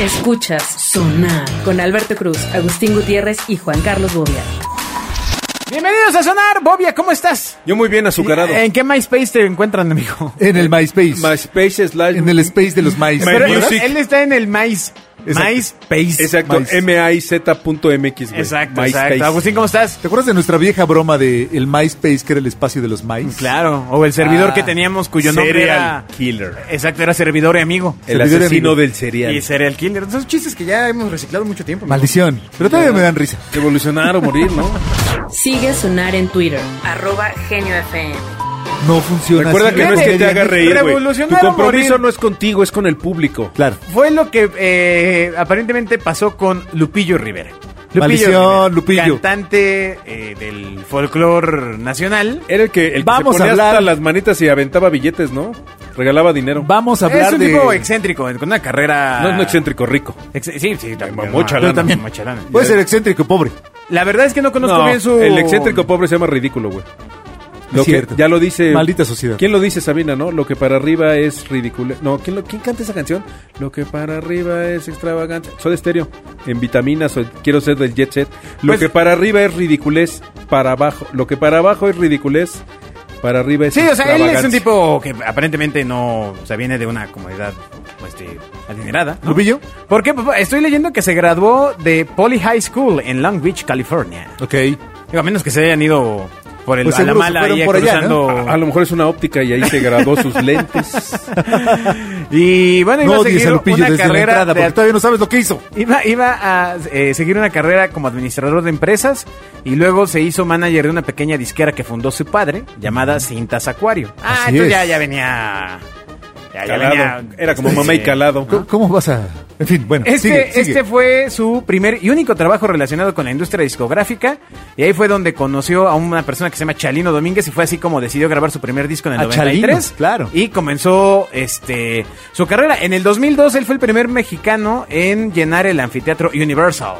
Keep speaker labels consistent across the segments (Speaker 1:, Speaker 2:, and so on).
Speaker 1: Escuchas Sonar con Alberto Cruz, Agustín Gutiérrez y Juan Carlos Bobia.
Speaker 2: Bienvenidos a Sonar, Bobia, ¿cómo estás?
Speaker 3: Yo muy bien azucarado.
Speaker 2: ¿En qué MySpace te encuentran, amigo?
Speaker 4: En el MySpace.
Speaker 3: MySpace slash...
Speaker 4: En el space de los maíz.
Speaker 3: My
Speaker 2: Pero
Speaker 3: Music.
Speaker 2: él está en el Mys-
Speaker 3: Exacto.
Speaker 2: MySpace.
Speaker 3: Exacto,
Speaker 2: Mys-
Speaker 3: M-I-Z.mx, güey.
Speaker 2: Exacto,
Speaker 3: MySpace.
Speaker 2: exacto. Ah, pues Agustín, ¿cómo estás?
Speaker 4: ¿Te acuerdas de nuestra vieja broma de el MySpace, que era el espacio de los maíz?
Speaker 2: Claro, o el servidor
Speaker 4: Ah,
Speaker 2: que teníamos cuyo nombre
Speaker 3: Serial
Speaker 2: pues, era...
Speaker 3: Killer.
Speaker 2: Exacto, era servidor y amigo.
Speaker 3: El
Speaker 4: Servidor
Speaker 3: asesino
Speaker 4: amigo.
Speaker 3: del cereal.
Speaker 2: Y serial killer. Esos chistes que ya hemos reciclado mucho tiempo. amigo.
Speaker 4: Maldición. Pero todavía me dan risa.
Speaker 3: Evolucionar o morir, ¿no?
Speaker 1: Sigue Sonar en Twitter, arroba Genio FM.
Speaker 4: No funciona.
Speaker 3: Recuerda
Speaker 4: así.
Speaker 3: que no es que te haga reír, güey. Tu
Speaker 2: Revolucionar o
Speaker 3: compromiso
Speaker 2: morir.
Speaker 3: no es contigo, es con el público.
Speaker 4: Claro.
Speaker 2: Fue lo que eh, aparentemente pasó con Lupillo Rivera. Lupillo
Speaker 4: Maldición, Lupillo.
Speaker 2: Cantante eh, del folclor nacional.
Speaker 3: Era el que, el que
Speaker 4: Vamos
Speaker 3: se
Speaker 4: a
Speaker 3: ponía
Speaker 4: hablar-
Speaker 3: hasta las manitas y aventaba billetes, ¿no? Regalaba dinero.
Speaker 4: Vamos a hablar
Speaker 2: Es un
Speaker 4: de...
Speaker 2: tipo excéntrico, con una carrera...
Speaker 3: No es un excéntrico rico.
Speaker 2: Ex- sí, sí, la,
Speaker 3: Mucha
Speaker 2: no,
Speaker 3: lana,
Speaker 2: también.
Speaker 4: Puede ser excéntrico, pobre.
Speaker 2: La verdad es que no conozco
Speaker 3: No,
Speaker 2: bien su...
Speaker 3: El excéntrico pobre se llama ridículo, güey. Lo
Speaker 4: Es
Speaker 3: que-
Speaker 4: cierto.
Speaker 3: ya lo dice.
Speaker 4: Maldita sociedad.
Speaker 3: ¿Quién lo dice, Sabina, no? Lo que para arriba es ridículo. No, ¿quién, lo- quién canta esa canción? Lo que para arriba es extravagante. Soy de estéreo. En vitaminas, soy- quiero ser del jet set. Lo
Speaker 2: Pues-
Speaker 3: que para arriba es ridiculez, para abajo. Lo que para abajo es ridiculez, para arriba es
Speaker 2: Sí, o sea, él es un
Speaker 3: extravagancia.
Speaker 2: tipo que aparentemente no... O sea, viene de una comunidad, pues, este, adinerada. ¿no?
Speaker 4: ¿Lupillo?
Speaker 2: ¿Por qué? papá? Estoy leyendo que se graduó de Poly High School en Long Beach, California.
Speaker 4: Ok.
Speaker 2: Digo, a menos que se hayan ido por el,
Speaker 4: Pues
Speaker 2: a la
Speaker 4: seguro se
Speaker 2: mala
Speaker 4: fueron
Speaker 2: ahí
Speaker 4: por allá,
Speaker 2: cruzando.
Speaker 3: A, a lo mejor es una óptica y ahí se graduó sus lentes.
Speaker 2: Y bueno, iba
Speaker 4: No
Speaker 2: a
Speaker 4: odies
Speaker 2: seguir
Speaker 4: a Lupillo
Speaker 2: una
Speaker 4: desde la
Speaker 2: carrera
Speaker 4: entrada,
Speaker 2: de
Speaker 4: porque todavía no sabes lo que hizo.
Speaker 2: Iba, iba a eh, seguir una carrera como administrador de empresas y luego se hizo manager de una pequeña disquera que fundó su padre, llamada Cintas Acuario. Ah,
Speaker 4: Así
Speaker 2: entonces
Speaker 4: es.
Speaker 2: ya, ya venía. Ya, ya
Speaker 3: Calado.
Speaker 2: venía. este,
Speaker 3: Era como mamá y
Speaker 2: Sí.
Speaker 3: calado.
Speaker 4: ¿Cómo- ¿Cómo vas a...? En fin, bueno,
Speaker 2: Este,
Speaker 4: sigue, sigue.
Speaker 2: este fue su primer y único trabajo relacionado con la industria discográfica. Y ahí fue donde conoció a una persona que se llama Chalino Domínguez. Y fue así como decidió grabar su primer disco en el
Speaker 4: A
Speaker 2: 93.
Speaker 4: Chalino, claro.
Speaker 2: Y comenzó este su carrera. En el 2002, él fue el primer mexicano en llenar el anfiteatro Universal.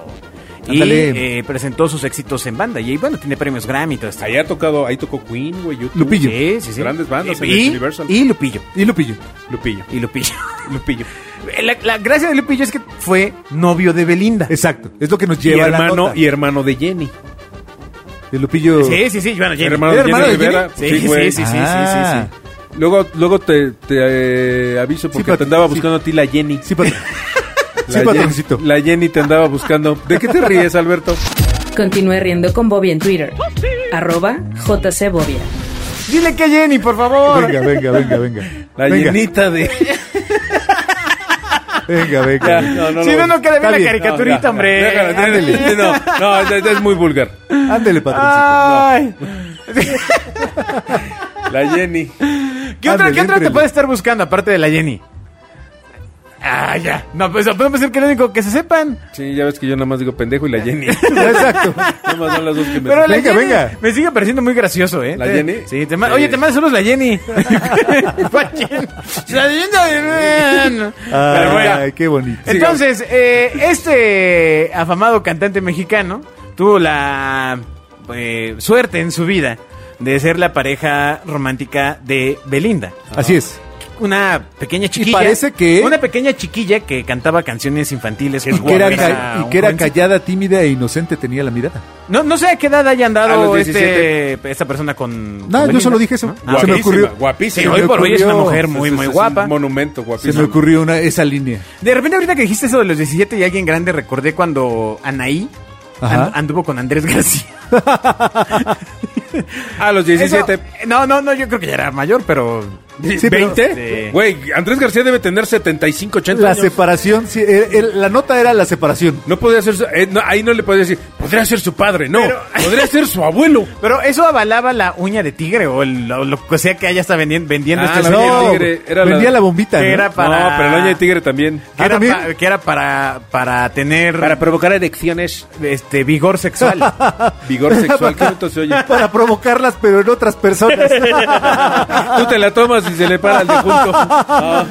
Speaker 2: Y
Speaker 4: Ándale.
Speaker 2: eh, presentó sus éxitos en banda. Y ahí, bueno, tiene premios Grammy y todo esto.
Speaker 3: Ahí ha tocado, ahí tocó Queen, güey. YouTube.
Speaker 4: Lupillo.
Speaker 2: Sí, sí, sí.
Speaker 3: Grandes bandas en
Speaker 2: y,
Speaker 3: el Universal.
Speaker 2: y Lupillo.
Speaker 4: Y Lupillo.
Speaker 3: Lupillo.
Speaker 2: Y Lupillo.
Speaker 3: Lupillo.
Speaker 2: La, la gracia de Lupillo es que fue novio de Belinda.
Speaker 4: Exacto. Es lo que nos
Speaker 3: Y
Speaker 4: lleva a la
Speaker 3: hermano,
Speaker 4: nota.
Speaker 3: y hermano de Jenny.
Speaker 4: El Lupillo...
Speaker 2: Sí, sí, sí. Bueno, Jenny.
Speaker 3: Hermano
Speaker 4: ¿Era
Speaker 3: de Jenny
Speaker 4: hermano de
Speaker 3: Rivera.
Speaker 2: Sí,
Speaker 3: pues,
Speaker 2: sí,
Speaker 3: güey.
Speaker 2: sí, sí,
Speaker 4: Ah.
Speaker 2: sí, sí,
Speaker 3: Luego, luego te, te, eh, aviso porque
Speaker 4: Pati,
Speaker 3: te andaba
Speaker 4: sí.
Speaker 3: buscando a ti la Jenny.
Speaker 4: Sí, pues, patrón. sí,
Speaker 3: la,
Speaker 4: patroncito.
Speaker 3: Jenny, la Jenny te andaba buscando. ¿De qué te ríes, Alberto?
Speaker 1: Continúe riendo con Bobia en Twitter, arroba JC Bobia.
Speaker 2: sí. Dile que Jenny, por favor.
Speaker 4: Venga, venga, venga, venga.
Speaker 3: La
Speaker 4: venga,
Speaker 3: Jennita de.
Speaker 4: Venga, venga.
Speaker 3: Ya,
Speaker 4: venga.
Speaker 2: Sí,
Speaker 3: lo-
Speaker 2: no, no, queda bien
Speaker 4: Está
Speaker 2: la
Speaker 4: bien.
Speaker 2: caricaturita,
Speaker 3: No, ya,
Speaker 2: hombre.
Speaker 3: ya, déjala, déjala. Sí, No, no, es, es muy vulgar.
Speaker 4: Ándele,
Speaker 3: Ah.
Speaker 4: patroncito.
Speaker 2: Ay.
Speaker 3: La Jenny.
Speaker 2: ¿Qué otra, ¿qué otra
Speaker 4: Ándale,
Speaker 2: te
Speaker 4: éntrele.
Speaker 2: puede estar buscando aparte de la Jenny? Ah, ya. No, pues podemos decir que lo único que se sepan.
Speaker 3: Sí, ya ves que yo nada más digo pendejo y la Jenny.
Speaker 4: Exacto.
Speaker 3: Nada más son las dos que me.
Speaker 2: Pero la
Speaker 4: Venga,
Speaker 2: Jenny
Speaker 4: venga.
Speaker 2: me sigue pareciendo muy gracioso, ¿eh?
Speaker 3: ¿La
Speaker 2: Te-
Speaker 3: Jenny?
Speaker 2: Sí, te ma-
Speaker 3: Sí.
Speaker 2: oye, te manda saludos la Jenny. ¿Cuál Jenny? La Jenny.
Speaker 3: Ah,
Speaker 2: Pero bueno.
Speaker 4: Ay, qué bonito.
Speaker 2: Entonces, eh, este afamado cantante mexicano tuvo la eh, suerte en su vida de ser la pareja romántica de Belinda.
Speaker 4: Así es.
Speaker 2: Una pequeña chiquilla.
Speaker 4: parece que-
Speaker 2: Una pequeña chiquilla que cantaba canciones infantiles.
Speaker 4: Y que, era, ca- y que era
Speaker 2: callada.
Speaker 4: callada, tímida e inocente tenía la mirada.
Speaker 2: No, no sé a qué edad haya
Speaker 3: A
Speaker 2: andado
Speaker 3: los
Speaker 2: este, esta persona con. con
Speaker 4: No, yo
Speaker 2: Belinda,
Speaker 4: solo dije eso.
Speaker 2: Ah,
Speaker 4: Se me
Speaker 2: ok.
Speaker 4: ocurrió.
Speaker 3: Guapísima.
Speaker 2: Sí, hoy
Speaker 4: me
Speaker 2: por hoy es una
Speaker 4: ocurrió.
Speaker 2: mujer muy,
Speaker 3: Es- es-
Speaker 2: muy
Speaker 3: es
Speaker 2: guapa.
Speaker 3: Un monumento
Speaker 4: Se
Speaker 3: guapísimo.
Speaker 4: me ocurrió una, esa línea.
Speaker 2: De repente ahorita que dijiste eso de los 17 y alguien grande, recordé cuando Anaí
Speaker 4: Ajá.
Speaker 2: and- anduvo con Andrés García.
Speaker 3: A los 17.
Speaker 2: Eso- no, no, no, yo creo que ya era mayor, pero...
Speaker 4: Sí, pero-
Speaker 3: ¿20?
Speaker 2: Sí.
Speaker 3: Güey, Andrés García debe tener 75, 80
Speaker 4: La
Speaker 3: años.
Speaker 4: separación, sí, el- el- la nota era la separación.
Speaker 3: No podía ser su- eh, no, ahí no le podía decir, podría ser su padre, no,
Speaker 2: Pero-
Speaker 3: podría ser su abuelo.
Speaker 2: Pero eso avalaba la uña de tigre o el- lo, lo que sea que haya está vendiendo, vendiendo
Speaker 3: Ah,
Speaker 2: este
Speaker 3: la
Speaker 2: señor,
Speaker 3: uña de
Speaker 4: No,
Speaker 3: tigre era la-
Speaker 4: vendía la, bombita.
Speaker 2: Que
Speaker 4: ¿no?
Speaker 2: era para-
Speaker 3: No, pero la oña de tigre también.
Speaker 2: que,
Speaker 4: Ah,
Speaker 2: era
Speaker 4: ¿también?
Speaker 2: pa- que era para, para tener
Speaker 3: provocar erecciones.
Speaker 2: este vigor sexual.
Speaker 3: Vigor sexual, qué bonito se oye.
Speaker 4: Para provocarlas, pero en otras personas.
Speaker 3: Tú te la tomas y se le para al de junto. Ah,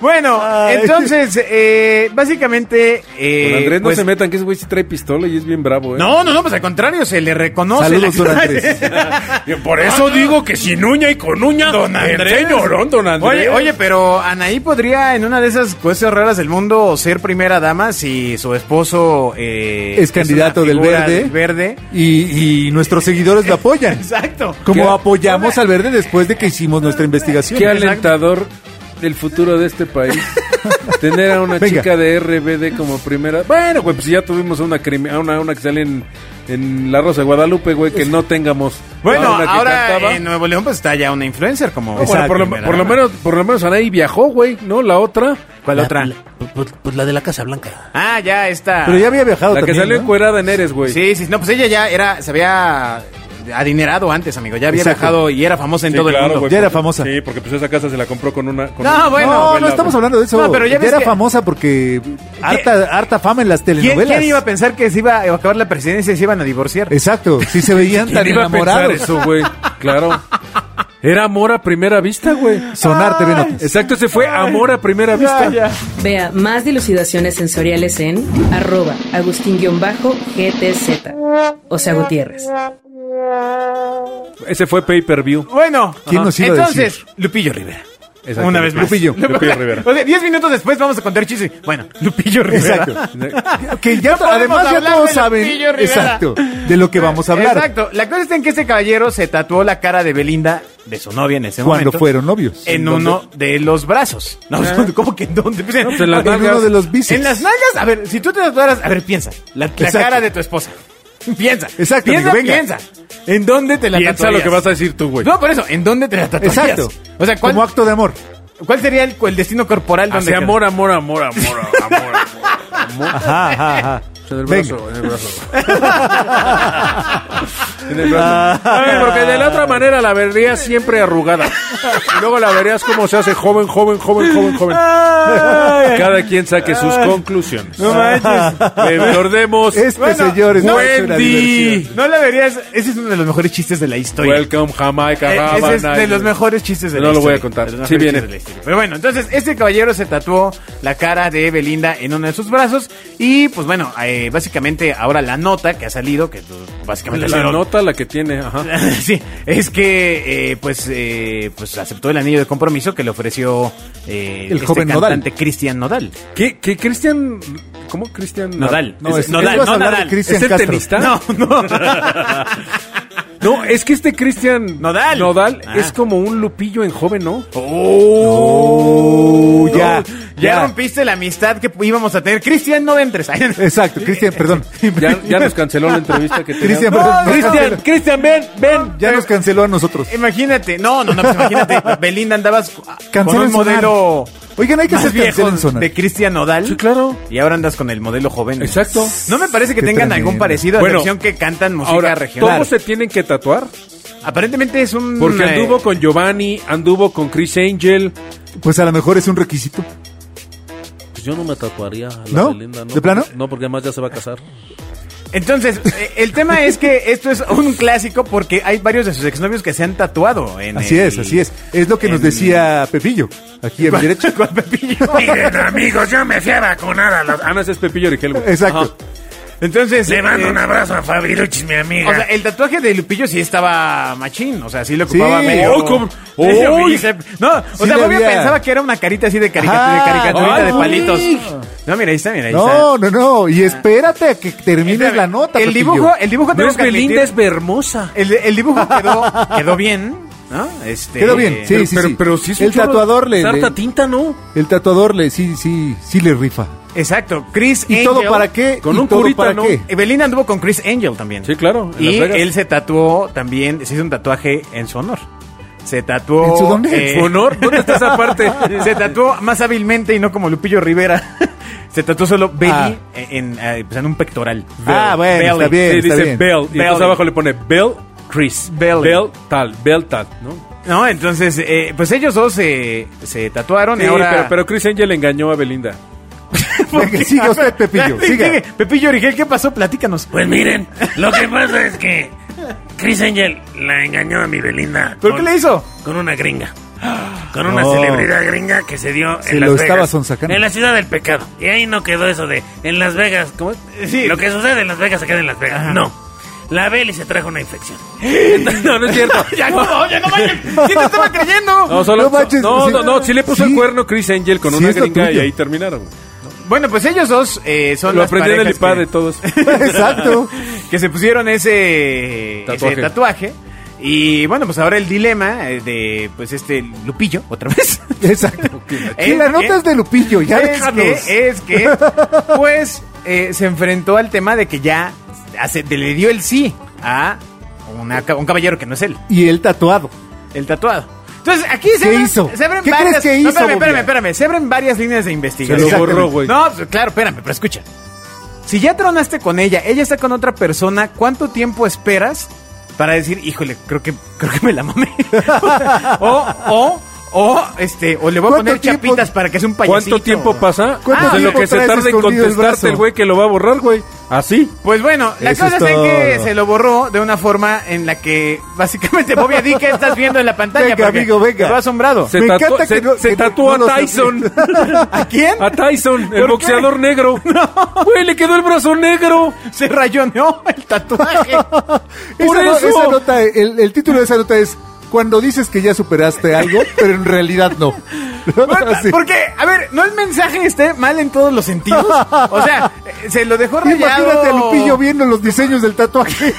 Speaker 2: Bueno,
Speaker 4: Ay.
Speaker 2: entonces, eh, básicamente... eh,
Speaker 3: Con Andrés no
Speaker 2: pues-
Speaker 3: se metan, que ese güey sí trae pistola y es bien bravo, ¿eh?
Speaker 2: No, no, no, pues al contrario, se le reconoce.
Speaker 4: Saludos,
Speaker 2: la-
Speaker 4: don Andrés.
Speaker 5: Por eso digo que sin uña y con uña.
Speaker 2: Ah, Don Andrés.
Speaker 5: Señorón, don Andrés.
Speaker 2: Oye, oye, pero Anaí podría en una de esas cuestiones raras del mundo ser primera dama si su esposo eh,
Speaker 4: Es candidato
Speaker 2: una
Speaker 4: del
Speaker 2: figura
Speaker 4: verde.
Speaker 2: del verde.
Speaker 4: Y, y nuestros seguidores lo apoyan.
Speaker 2: Exacto.
Speaker 4: Como apoyamos al verde después de que hicimos nuestra investigación.
Speaker 3: Qué alentador el futuro de este país. Tener a una
Speaker 4: Venga.
Speaker 3: chica de RBD como primera. Bueno, güey, pues ya tuvimos a una, crimi- a una, una que sale en, en La Rosa de Guadalupe, güey, que no tengamos.
Speaker 2: Bueno,
Speaker 3: a una que
Speaker 2: ahora
Speaker 3: cantaba.
Speaker 2: en Nuevo León pues está ya una influencer como...
Speaker 3: No, bueno, por, lo,
Speaker 2: primera
Speaker 3: por lo
Speaker 2: dama.
Speaker 3: menos, por lo menos Anaí viajó, güey, ¿no? La otra.
Speaker 2: ¿Cuál
Speaker 6: La-
Speaker 2: otra?
Speaker 6: la- pues, pues la de la Casa Blanca.
Speaker 2: Ah, ya está.
Speaker 4: Pero ya había viajado
Speaker 3: La que
Speaker 4: también,
Speaker 3: salió
Speaker 4: ¿no?
Speaker 3: encuerada en Eres, güey.
Speaker 2: Sí, sí, no, pues ella ya era, se había adinerado antes, amigo. Ya había
Speaker 4: Exacto.
Speaker 2: viajado y era famosa en
Speaker 3: Sí,
Speaker 2: todo el
Speaker 3: claro,
Speaker 2: mundo.
Speaker 3: güey,
Speaker 4: Ya era
Speaker 3: porque-
Speaker 4: famosa.
Speaker 3: Sí, porque pues esa casa se la compró con una. con
Speaker 2: No,
Speaker 3: un-
Speaker 2: bueno,
Speaker 4: no, no
Speaker 2: novela,
Speaker 4: estamos
Speaker 2: güey.
Speaker 4: hablando de eso.
Speaker 2: No, pero ya ves
Speaker 4: era
Speaker 2: que-
Speaker 4: famosa porque harta, harta fama en las
Speaker 2: ¿Quién,
Speaker 4: telenovelas.
Speaker 2: quién iba a pensar que se iba a acabar la presidencia y se iban a divorciar?
Speaker 4: Exacto, sí se veían tan
Speaker 3: ¿Quién iba a pensar
Speaker 4: enamorados.
Speaker 3: eso, güey? Claro. Era amor a primera vista, güey.
Speaker 4: Sonar TV Notas.
Speaker 3: Exacto, ese fue amor a primera vista.
Speaker 1: Vea más dilucidaciones sensoriales en arroba agustín-gtz. O sea, Gutiérrez.
Speaker 3: Ese fue pay-per-view.
Speaker 2: Bueno,
Speaker 4: ¿Quién nos iba a
Speaker 2: entonces, Lupillo Rivera.
Speaker 3: Exacto.
Speaker 2: Una vez más.
Speaker 4: Lupillo.
Speaker 3: Lupillo Rivera.
Speaker 2: O sea, diez minutos después vamos a contar chiste. Bueno, Lupillo Rivera.
Speaker 4: Exacto. Que ya,
Speaker 2: No podemos
Speaker 4: además ya
Speaker 2: hablar
Speaker 4: todos
Speaker 2: de
Speaker 4: saben
Speaker 2: Lupillo Rivera.
Speaker 4: exacto de lo que vamos a hablar
Speaker 2: Exacto. La cosa está en que este caballero se tatuó la cara de Belinda, de su novia en ese
Speaker 4: cuando
Speaker 2: momento.
Speaker 4: fueron novios.
Speaker 2: En
Speaker 4: ¿Dónde?
Speaker 2: uno de los brazos. No, ¿Cómo que en dónde? Pues en-
Speaker 3: Pues en las
Speaker 4: En uno
Speaker 3: nalgas.
Speaker 4: de los bíceps.
Speaker 2: En las nalgas, a ver, si tú te tatuaras, a ver, piensa. La, la
Speaker 4: Exacto.
Speaker 2: cara de tu esposa. Piensa.
Speaker 4: Exacto,
Speaker 2: Piensa,
Speaker 4: amigo, venga.
Speaker 2: piensa. ¿En dónde te la
Speaker 3: Piensa lo
Speaker 2: tatuarías?
Speaker 3: que vas a decir tú, güey.
Speaker 2: No, por eso, ¿en dónde te la tatuarías?
Speaker 4: Exacto.
Speaker 2: O sea, ¿cuál,
Speaker 4: Como acto de amor.
Speaker 2: cuál sería el, el destino corporal donde
Speaker 3: Hacia amor, amor, amor, amor, amor, amor. amor.
Speaker 4: Ajá, ajá, ajá.
Speaker 3: En el
Speaker 4: Venga.
Speaker 3: brazo, en el brazo. en el
Speaker 4: Ah.
Speaker 3: brazo. A ver, porque de la otra manera la verías siempre arrugada. Y luego la verías como se hace joven, joven, joven, joven, joven. Cada quien saque sus conclusiones.
Speaker 2: No manches.
Speaker 3: Recordemos.
Speaker 4: Este señor es una
Speaker 3: Wendy.
Speaker 4: diversión.
Speaker 2: No la verías. Ese es uno de los mejores chistes de la historia.
Speaker 3: Welcome Jamaica.
Speaker 2: Eh, ese es
Speaker 3: Havana.
Speaker 2: de los mejores chistes de
Speaker 3: No
Speaker 2: la historia.
Speaker 3: lo voy a contar.
Speaker 2: De los
Speaker 3: Sí
Speaker 2: mejores
Speaker 3: viene.
Speaker 2: chistes de la historia. Pero bueno, entonces este caballero se tatuó la cara de Belinda en uno de sus brazos. Y pues bueno, eh, básicamente ahora la nota que ha salido, que pues, básicamente ha
Speaker 3: La
Speaker 2: sido-
Speaker 3: nota la que tiene, ajá.
Speaker 2: sí, es que eh, pues eh, pues aceptó el anillo de compromiso que le ofreció eh,
Speaker 4: El
Speaker 2: este
Speaker 4: joven Nodal.
Speaker 2: cantante Cristian Nodal.
Speaker 3: ¿Qué, qué Cristian? ¿Cómo Cristian?
Speaker 2: Nodal.
Speaker 4: No,
Speaker 2: Es-
Speaker 4: es,
Speaker 2: Nodal,
Speaker 4: ibas a
Speaker 2: no
Speaker 4: hablar
Speaker 2: Nadal.
Speaker 4: de Cristian
Speaker 3: ¿Es el
Speaker 4: Castro.
Speaker 3: tenista?
Speaker 2: No, no.
Speaker 3: No, es que este Cristian
Speaker 2: Nodal.
Speaker 3: Nodal
Speaker 2: Ah.
Speaker 3: es como un lupillo en joven, ¿no?
Speaker 4: Oh,
Speaker 2: No,
Speaker 4: ya,
Speaker 2: ya, rompiste la amistad que íbamos a tener. Cristian, no entres. Ay, no.
Speaker 4: Exacto, Cristian, perdón.
Speaker 3: Ya, ya nos canceló la entrevista que teníamos.
Speaker 4: Cristian, perdón. nos
Speaker 3: Cristian,
Speaker 4: canceló.
Speaker 3: Cristian, ven, ven.
Speaker 4: ya nos canceló a nosotros.
Speaker 2: Imagínate, no, no, no, pues imagínate, Belinda andabas con
Speaker 4: Cancelen
Speaker 2: un
Speaker 4: Sonar.
Speaker 2: modelo
Speaker 4: Oigan, hay que
Speaker 2: más
Speaker 4: hacer
Speaker 2: viejo
Speaker 4: cancelen Sonar.
Speaker 2: de Cristian Nodal.
Speaker 3: Sí, claro.
Speaker 2: Y ahora andas con el modelo joven.
Speaker 3: Exacto.
Speaker 2: No me parece que
Speaker 4: Qué
Speaker 2: tengan algún
Speaker 4: tremendo.
Speaker 2: parecido a la
Speaker 3: Bueno,
Speaker 2: excepción que cantan música
Speaker 3: Ahora,
Speaker 2: regional.
Speaker 3: todos se tienen que tatuar.
Speaker 2: Aparentemente es un...
Speaker 3: Porque
Speaker 2: eh,
Speaker 3: anduvo con Giovanni, anduvo con Chris Angel.
Speaker 4: Pues a lo mejor es un requisito.
Speaker 6: Pues yo no me tatuaría a la
Speaker 4: ¿No?
Speaker 6: Belinda, ¿no?
Speaker 4: ¿De plano?
Speaker 6: No, porque además ya se va a casar.
Speaker 2: Entonces, eh, el tema es que esto es un clásico porque hay varios de sus exnovios que se han tatuado. En
Speaker 4: Así
Speaker 2: el-
Speaker 4: es, así es. Es lo que nos
Speaker 2: en-
Speaker 4: decía Pepillo, aquí a mi derecha.
Speaker 2: ¿Cuál Pepillo?
Speaker 5: Miren, amigos, yo me fui a vacunar a los.
Speaker 3: Ah, no, ese es Pepillo Origel, güey.
Speaker 4: Exacto.
Speaker 2: Entonces,
Speaker 5: Le mando
Speaker 2: eh,
Speaker 5: un abrazo a Fabiruchis, mi amiga.
Speaker 2: O sea, el tatuaje de Lupillo sí estaba machín, o sea, sí le ocupaba
Speaker 4: Sí.
Speaker 2: medio.
Speaker 4: Oh,
Speaker 3: cómo-
Speaker 2: medio
Speaker 3: Uy.
Speaker 2: bíceps. No, o
Speaker 4: Sí
Speaker 2: sea,
Speaker 4: le
Speaker 2: Bobby
Speaker 4: había.
Speaker 2: pensaba que era una carita así de caricatura,
Speaker 4: Ajá.
Speaker 2: de caricaturita
Speaker 4: Ay,
Speaker 2: de
Speaker 4: uy.
Speaker 2: palitos. No, mira, ahí está, mira, ahí
Speaker 4: No, no, no. Y espérate a que termines
Speaker 2: está.
Speaker 4: la nota.
Speaker 2: El
Speaker 4: Pepillo.
Speaker 2: dibujo, el dibujo
Speaker 3: No
Speaker 2: tengo
Speaker 3: es
Speaker 2: que admitir,
Speaker 3: Belinda, es Bermosa.
Speaker 2: el, el dibujo quedó, quedó bien, ¿no? Este,
Speaker 4: Quedó bien, sí,
Speaker 3: Pero-
Speaker 4: sí,
Speaker 3: pero-
Speaker 4: sí.
Speaker 3: pero sí es un
Speaker 4: el
Speaker 3: chorro
Speaker 4: tatuador le,
Speaker 3: Sarta
Speaker 4: le-
Speaker 3: tinta, ¿no?
Speaker 4: el tatuador le, sí, sí, sí le rifa.
Speaker 2: Exacto, Chris
Speaker 4: ¿Y
Speaker 2: Angel.
Speaker 4: todo para qué?
Speaker 3: Con
Speaker 4: ¿Y
Speaker 3: un
Speaker 4: todo
Speaker 3: curita,
Speaker 4: para
Speaker 3: ¿no?
Speaker 4: qué?
Speaker 2: Eh, Belinda anduvo con Chris Angel también.
Speaker 3: Sí, claro, en
Speaker 2: Y
Speaker 3: Las Vegas.
Speaker 2: él se tatuó también, se hizo un tatuaje en su honor. Se tatuó.
Speaker 4: ¿En su dónde?
Speaker 2: eh,
Speaker 3: ¿Su honor? ¿Dónde está esa parte?
Speaker 2: se tatuó más hábilmente y no como Lupillo Rivera. Se tatuó solo belly
Speaker 4: Ah.
Speaker 2: en, eh, pues en un pectoral.
Speaker 4: Ah, bueno,
Speaker 2: Belly.
Speaker 4: está bien,
Speaker 3: Sí,
Speaker 4: está
Speaker 3: dice
Speaker 4: bien.
Speaker 3: Bell. Y
Speaker 2: Belly.
Speaker 3: entonces abajo le pone Bell Chris.
Speaker 2: Belly.
Speaker 3: Bell tal, Bell tal, ¿no?
Speaker 2: No, entonces, eh, pues ellos dos se, se tatuaron
Speaker 3: Sí,
Speaker 2: y ahora...
Speaker 3: pero, pero Chris Angel engañó a Belinda.
Speaker 4: Venga, siga usted, Pepillo,
Speaker 2: Sí,
Speaker 4: siga.
Speaker 2: sigue. Pepillo Origel, ¿qué pasó? Platícanos.
Speaker 5: Pues miren, lo que pasa es que Chris Angel la engañó a mi Belinda.
Speaker 2: ¿Pero
Speaker 5: con-
Speaker 2: qué le hizo? Oh.
Speaker 5: Con una gringa. con una
Speaker 4: No.
Speaker 5: celebridad gringa que se dio
Speaker 4: Se
Speaker 5: en
Speaker 4: lo
Speaker 5: Las
Speaker 4: estaba
Speaker 5: Vegas.
Speaker 4: sonsacando.
Speaker 5: En la ciudad del pecado. Y ahí no quedó eso de en Las Vegas. ¿cómo es?
Speaker 2: Sí.
Speaker 5: Lo que sucede en Las Vegas se queda en Las Vegas. No. La Beli se trajo una infección.
Speaker 3: No, no es cierto.
Speaker 2: Ya no, ya no vayan. ¿Quién te estaba creyendo?
Speaker 3: No, solo,
Speaker 4: No manches,
Speaker 3: no,
Speaker 4: sí.
Speaker 3: no, no, sí le puso
Speaker 4: Sí.
Speaker 3: el cuerno Chris Angel con
Speaker 4: Sí,
Speaker 3: una
Speaker 4: es lo
Speaker 3: gringa y
Speaker 4: tuyo.
Speaker 3: ahí terminaron.
Speaker 2: Bueno, pues ellos dos eh, son
Speaker 3: Lo
Speaker 2: las
Speaker 3: aprendí en el
Speaker 2: parejas
Speaker 3: IPA
Speaker 2: que-
Speaker 3: de todos.
Speaker 4: Exacto.
Speaker 2: que se pusieron ese ese tatuaje.
Speaker 3: Tatuaje.
Speaker 2: Y bueno, pues ahora el dilema eh, de pues este Lupillo, otra vez.
Speaker 4: Exacto.
Speaker 2: Eh,
Speaker 4: Que la nota
Speaker 2: eh,
Speaker 4: es de Lupillo, ya
Speaker 2: es,
Speaker 4: déjanos.
Speaker 2: que, es que, pues, eh, se enfrentó al tema de que ya hace- de- le dio el sí a una ca- un caballero que no es él,
Speaker 4: Y el tatuado.
Speaker 2: el tatuado. Entonces, aquí se
Speaker 4: ¿Qué
Speaker 2: abren,
Speaker 4: hizo?
Speaker 2: se abren
Speaker 4: ¿Qué
Speaker 2: varias,
Speaker 4: crees que
Speaker 2: no,
Speaker 4: hizo,
Speaker 2: espérame, espérame,
Speaker 4: Bobia?
Speaker 2: espérame, se abren varias líneas de
Speaker 3: Se
Speaker 2: investigación.
Speaker 3: lo
Speaker 4: Exactamente.
Speaker 3: borró, güey.
Speaker 2: No, pues, claro, espérame, pero escucha. Si ya tronaste con ella, ella está con otra persona, ¿cuánto tiempo esperas para decir, híjole, creo que, creo que me la mamé? o, o, o, este, o le voy a
Speaker 4: ¿Cuánto
Speaker 2: poner
Speaker 4: tiempo-
Speaker 2: chapitas para que sea un payasito.
Speaker 3: ¿Cuánto tiempo pasa?
Speaker 4: ¿Cuánto
Speaker 3: Ah, de lo
Speaker 4: tiempo
Speaker 3: que se
Speaker 4: traes
Speaker 3: tarda en
Speaker 4: escondido el brazo?
Speaker 3: contestarte el güey que lo va a borrar, güey. Así.
Speaker 2: Pues bueno, la
Speaker 4: Eso
Speaker 2: cosa es,
Speaker 4: es todo.
Speaker 2: que se lo borró de una forma en la que básicamente Bobby di que estás viendo en la pantalla.
Speaker 4: Venga,
Speaker 2: porque
Speaker 4: amigo, venga.
Speaker 2: Quedó asombrado.
Speaker 3: Se,
Speaker 4: Me
Speaker 3: tatu-
Speaker 4: encanta
Speaker 3: se-
Speaker 4: que no-
Speaker 3: se
Speaker 4: que no-
Speaker 3: tatuó
Speaker 4: no
Speaker 3: a
Speaker 4: lo
Speaker 3: Tyson.
Speaker 2: ¿A quién?
Speaker 3: A Tyson, el
Speaker 2: qué?
Speaker 3: boxeador negro. Güey, le quedó el brazo negro.
Speaker 2: Se rayoneó el tatuaje.
Speaker 3: Por
Speaker 4: Esa no-
Speaker 3: eso.
Speaker 4: esa nota, el, el título de esa nota es Cuando dices que ya superaste algo, pero en realidad no. Así.
Speaker 2: Porque, a ver, ¿no el mensaje esté mal en todos los sentidos? O sea, eh, se lo dejó rayado.
Speaker 4: Imagínate a Lupillo viendo los diseños del tatuaje.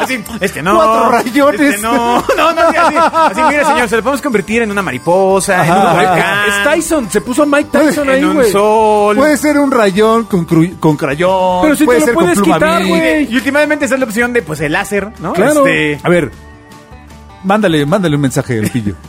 Speaker 2: Así, este no.
Speaker 4: Cuatro rayones.
Speaker 2: Este no, no, no, así, así, así, mire, señor, se lo podemos convertir en una mariposa, en un volcán,
Speaker 3: Es Tyson, se puso Mike Tyson ahí,
Speaker 2: en un
Speaker 3: güey.
Speaker 2: sol.
Speaker 4: Puede ser un rayón con, cru- con crayón.
Speaker 3: Pero si te
Speaker 4: puede
Speaker 3: lo
Speaker 4: ser
Speaker 3: puedes
Speaker 4: con pluma
Speaker 3: quitar,
Speaker 4: bic.
Speaker 3: güey.
Speaker 2: Y últimamente esa es la opción de, pues, el láser, ¿no?
Speaker 3: Claro.
Speaker 2: Este,
Speaker 4: A ver, mándale, mándale un mensaje a Lupillo.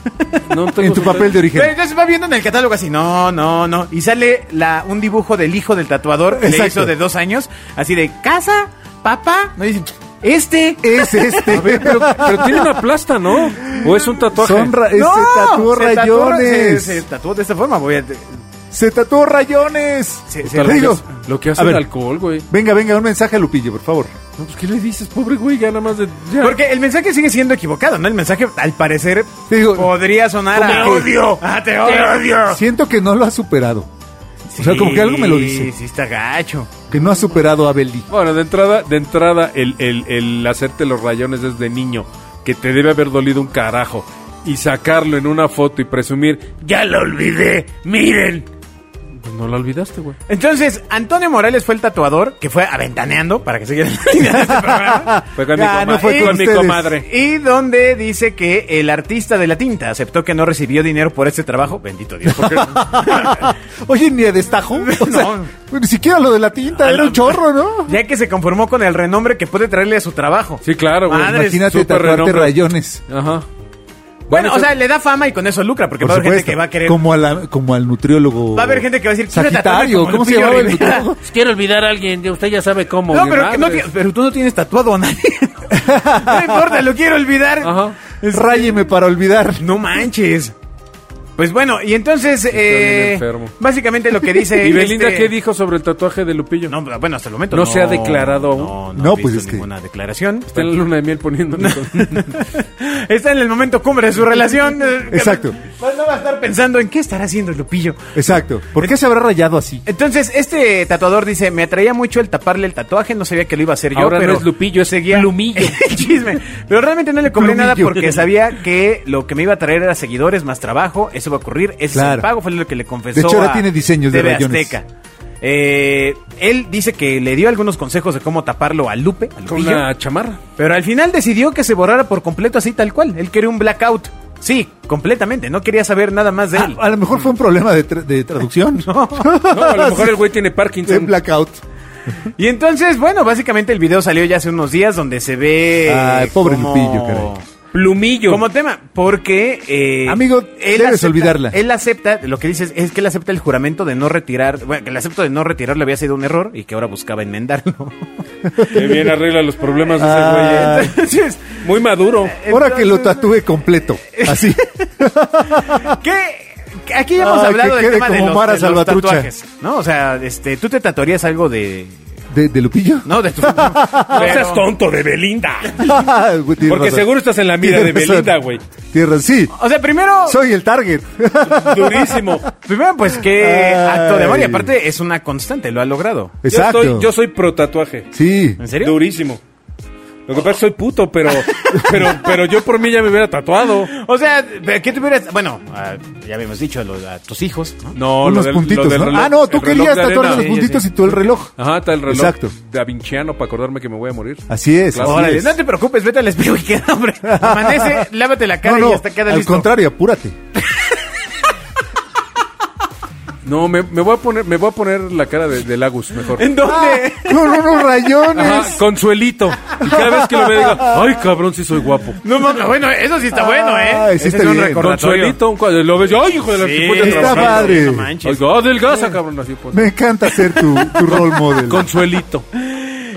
Speaker 3: No tengo
Speaker 4: en tu
Speaker 3: su-
Speaker 4: papel de origen.
Speaker 2: Pero entonces va viendo en el catálogo así, no, no, no. Y sale la, un dibujo del hijo del tatuador que le
Speaker 4: Exacto.
Speaker 2: hizo de dos años, así de casa, papá. No dicen, este.
Speaker 4: Es este.
Speaker 3: Pero tiene una plasta, ¿no? O es un tatuaje.
Speaker 4: Son ra-
Speaker 2: No,
Speaker 4: se Ah, tatuó
Speaker 2: se tatuó-
Speaker 4: rayones.
Speaker 2: se, se tatuó de esta forma, voy a.
Speaker 4: Se tatuó rayones.
Speaker 2: Se, se-
Speaker 3: Tal vez
Speaker 4: Digo,
Speaker 3: lo que hace
Speaker 4: a ver.
Speaker 3: el alcohol, güey.
Speaker 4: Venga, venga, un mensaje a Lupillo, por favor.
Speaker 3: No, pues, ¿qué le dices? Pobre güey, ya nada más de... ya.
Speaker 2: Porque el mensaje sigue siendo equivocado, ¿no? El mensaje, al parecer,
Speaker 4: Digo,
Speaker 2: podría sonar a.
Speaker 5: ¡Te odio!
Speaker 2: Ah, te
Speaker 5: ¡Te
Speaker 2: odio!
Speaker 5: odio!
Speaker 4: Siento que no lo ha superado. O sea, como que algo me lo dice.
Speaker 2: Sí, sí, está gacho.
Speaker 4: Que no ha superado a Belly.
Speaker 3: Bueno, de entrada, de entrada el, el, el hacerte los rayones desde niño, que te debe haber dolido un carajo, y sacarlo en una foto y presumir,
Speaker 5: Ya lo olvidé. Miren.
Speaker 3: pues no la olvidaste, güey.
Speaker 2: Entonces, Antonio Morales fue el tatuador que fue aventaneando para que siguiera la línea de este programa.
Speaker 3: Fue con,
Speaker 4: Ah,
Speaker 3: mi,
Speaker 4: no
Speaker 3: coma-
Speaker 4: fue
Speaker 3: con
Speaker 4: con
Speaker 3: mi
Speaker 4: ustedes.
Speaker 3: comadre.
Speaker 2: Y donde dice que el artista de la tinta aceptó que no recibió dinero por este trabajo. Bendito Dios. porque-
Speaker 4: Oye, ni a destajo. O sea, pues, Ni siquiera lo de la tinta, era un chorro, ¿no?
Speaker 2: ya que se conformó con el renombre que puede traerle a su trabajo.
Speaker 3: Sí, claro, güey.
Speaker 2: Madre,
Speaker 4: Imagínate
Speaker 3: súper
Speaker 4: tatuarte
Speaker 3: renombre.
Speaker 4: rayones.
Speaker 3: Ajá.
Speaker 2: Bueno, o sea, le da fama y con eso lucra, porque
Speaker 4: Por
Speaker 2: va a haber gente
Speaker 4: supuesto.
Speaker 2: que va a querer.
Speaker 4: Como, a la- como al nutriólogo.
Speaker 2: Va a haber gente que va a decir, "Quiero tatuarme
Speaker 4: Sagitario,
Speaker 2: como
Speaker 4: ¿cómo se
Speaker 2: Lupillo
Speaker 4: llamaba el
Speaker 2: Rivera".
Speaker 4: nutriólogo?
Speaker 6: Quiero olvidar a alguien, ya usted ya sabe cómo.
Speaker 2: No,
Speaker 6: ni
Speaker 3: Ah,
Speaker 2: pero, que no
Speaker 3: pues.
Speaker 6: madres.
Speaker 2: ti- pero tú no tienes tatuado a nadie. no importa, lo quiero olvidar.
Speaker 3: Ajá.
Speaker 4: Ráyeme para olvidar.
Speaker 2: No manches. Pues bueno, y entonces, eh,
Speaker 3: enfermo.
Speaker 2: básicamente lo que dice.
Speaker 3: ¿Y Belinda
Speaker 2: este-
Speaker 3: qué dijo sobre el tatuaje de Lupillo?
Speaker 2: No, bueno, hasta el momento
Speaker 3: No se ha declarado aún.
Speaker 2: No, no,
Speaker 4: No,
Speaker 2: pues
Speaker 4: pues
Speaker 2: visto
Speaker 4: es que-
Speaker 2: ninguna declaración.
Speaker 3: Está en la luna de miel poniendo.
Speaker 2: Está en el momento cumbre de su relación.
Speaker 4: Exacto.
Speaker 2: No va a estar pensando en qué estará haciendo el Lupillo.
Speaker 4: Exacto. ¿Por qué se habrá rayado así?
Speaker 2: Entonces, este tatuador dice, me atraía mucho el taparle el tatuaje, no sabía que lo iba a hacer yo,
Speaker 3: Ahora
Speaker 2: pero...
Speaker 3: no es Lupillo, es
Speaker 2: seguía
Speaker 6: Plumillo.
Speaker 2: el chisme. Pero realmente no le cobré
Speaker 4: Plumillo.
Speaker 2: nada porque sabía que lo que me iba a traer era seguidores, más trabajo, eso va a ocurrir, ese es el
Speaker 4: Claro.
Speaker 2: pago, fue lo que le confesó
Speaker 4: De hecho, ahora
Speaker 2: a
Speaker 4: tiene diseños de
Speaker 2: TV
Speaker 4: rayones.
Speaker 2: Azteca. Eh, él dice que le dio algunos consejos de cómo taparlo a Lupe, a
Speaker 3: Con
Speaker 2: Lupillo,
Speaker 3: una chamarra.
Speaker 2: pero al final decidió que se borrara por completo así tal cual. Él quería un blackout. Sí, completamente, no quería saber nada más de
Speaker 4: Ah,
Speaker 2: él.
Speaker 4: a lo mejor fue un problema de, tra- de traducción.
Speaker 3: No, a lo mejor el güey tiene
Speaker 4: De
Speaker 3: Parkinson.
Speaker 4: blackout.
Speaker 2: Y entonces, bueno, básicamente el video salió ya hace unos días donde se ve.
Speaker 4: Ay,
Speaker 2: eh,
Speaker 4: pobre Lupillo, caray.
Speaker 3: Plumillo.
Speaker 2: Como tema, porque. eh,
Speaker 4: Amigo, debes
Speaker 2: acepta-
Speaker 4: olvidarla.
Speaker 2: Él acepta, lo que dices es que él acepta el juramento de no retirar. Bueno, que el acepto de no retirar le había sido un error y que ahora buscaba enmendarlo.
Speaker 3: Que bien arregla los problemas de ese güey.
Speaker 4: Ah,
Speaker 3: ¿eh?
Speaker 2: Entonces,
Speaker 3: Muy maduro.
Speaker 4: ahora que lo
Speaker 2: entonces-
Speaker 4: tatúe completo. Así.
Speaker 2: ¿Qué? Aquí ya hemos
Speaker 4: Ay,
Speaker 2: hablado
Speaker 4: que
Speaker 2: del
Speaker 4: quede
Speaker 2: tema de
Speaker 4: como
Speaker 2: los,
Speaker 4: Mara
Speaker 2: de los
Speaker 4: Salvatrucha.
Speaker 2: tatuajes, ¿no? O sea, este, tú te tatuarías algo de...
Speaker 4: De ¿De, de Lupillo?
Speaker 2: No, de tu... No
Speaker 3: No seas tonto de Belinda.
Speaker 4: Ah,
Speaker 3: Porque seguro estás en la mira
Speaker 4: vida
Speaker 3: de Belinda, güey.
Speaker 4: Tierra, sí.
Speaker 2: O sea, primero...
Speaker 4: Soy el target.
Speaker 3: Durísimo.
Speaker 2: Primero, pues qué
Speaker 4: Ay.
Speaker 2: acto de amor. Y aparte, es una constante, lo ha logrado.
Speaker 4: Exacto.
Speaker 3: Yo soy, yo soy pro tatuaje.
Speaker 4: Sí.
Speaker 2: ¿En serio?
Speaker 3: Durísimo. Lo que pasa es que soy puto, pero, pero, pero yo por mí ya me hubiera tatuado.
Speaker 2: O sea, ¿de ¿qué te hubieras...? Bueno, ah, ya habíamos dicho, a, los- a tus hijos, ¿no?
Speaker 3: No,
Speaker 4: Unos
Speaker 3: del-
Speaker 4: puntitos,
Speaker 3: del
Speaker 4: ¿no?
Speaker 3: reloj-
Speaker 4: ah, no, tú
Speaker 3: el reloj
Speaker 4: querías
Speaker 3: de
Speaker 4: tatuar
Speaker 3: arena.
Speaker 4: los puntitos y tú el reloj.
Speaker 3: Ajá, está el reloj
Speaker 4: Exacto. Ah.
Speaker 3: de Avinciano para acordarme que me voy a morir.
Speaker 4: Así es.
Speaker 3: Claro.
Speaker 4: así
Speaker 2: Órale,
Speaker 4: es.
Speaker 2: no te preocupes, vete al espejo y queda, hombre. Amanece, lávate la cara
Speaker 4: No, no,
Speaker 2: y hasta queda
Speaker 4: al
Speaker 2: listo.
Speaker 4: contrario, apúrate.
Speaker 3: No, me, me voy a poner, me voy a poner la cara de, de Lagus mejor.
Speaker 2: ¿En dónde?
Speaker 4: Con unos rayones.
Speaker 3: Ajá, consuelito. Y cada vez que lo vea digo, ay cabrón, sí soy guapo.
Speaker 2: No, mames, bueno, eso sí está
Speaker 3: Ah,
Speaker 2: bueno, ¿eh?
Speaker 4: Ay, sí
Speaker 2: Ese
Speaker 4: está
Speaker 2: es un
Speaker 4: bien.
Speaker 2: recordatorio.
Speaker 3: Consuelito, un cuadro. Lo ves, ay hijo de la
Speaker 2: Sí,
Speaker 3: chipote
Speaker 4: está
Speaker 3: trabajando.
Speaker 4: padre.
Speaker 2: No manches.
Speaker 3: Oigo, adelgaza, cabrón, así pues.
Speaker 4: Me encanta ser tu, tu role model.
Speaker 3: Consuelito.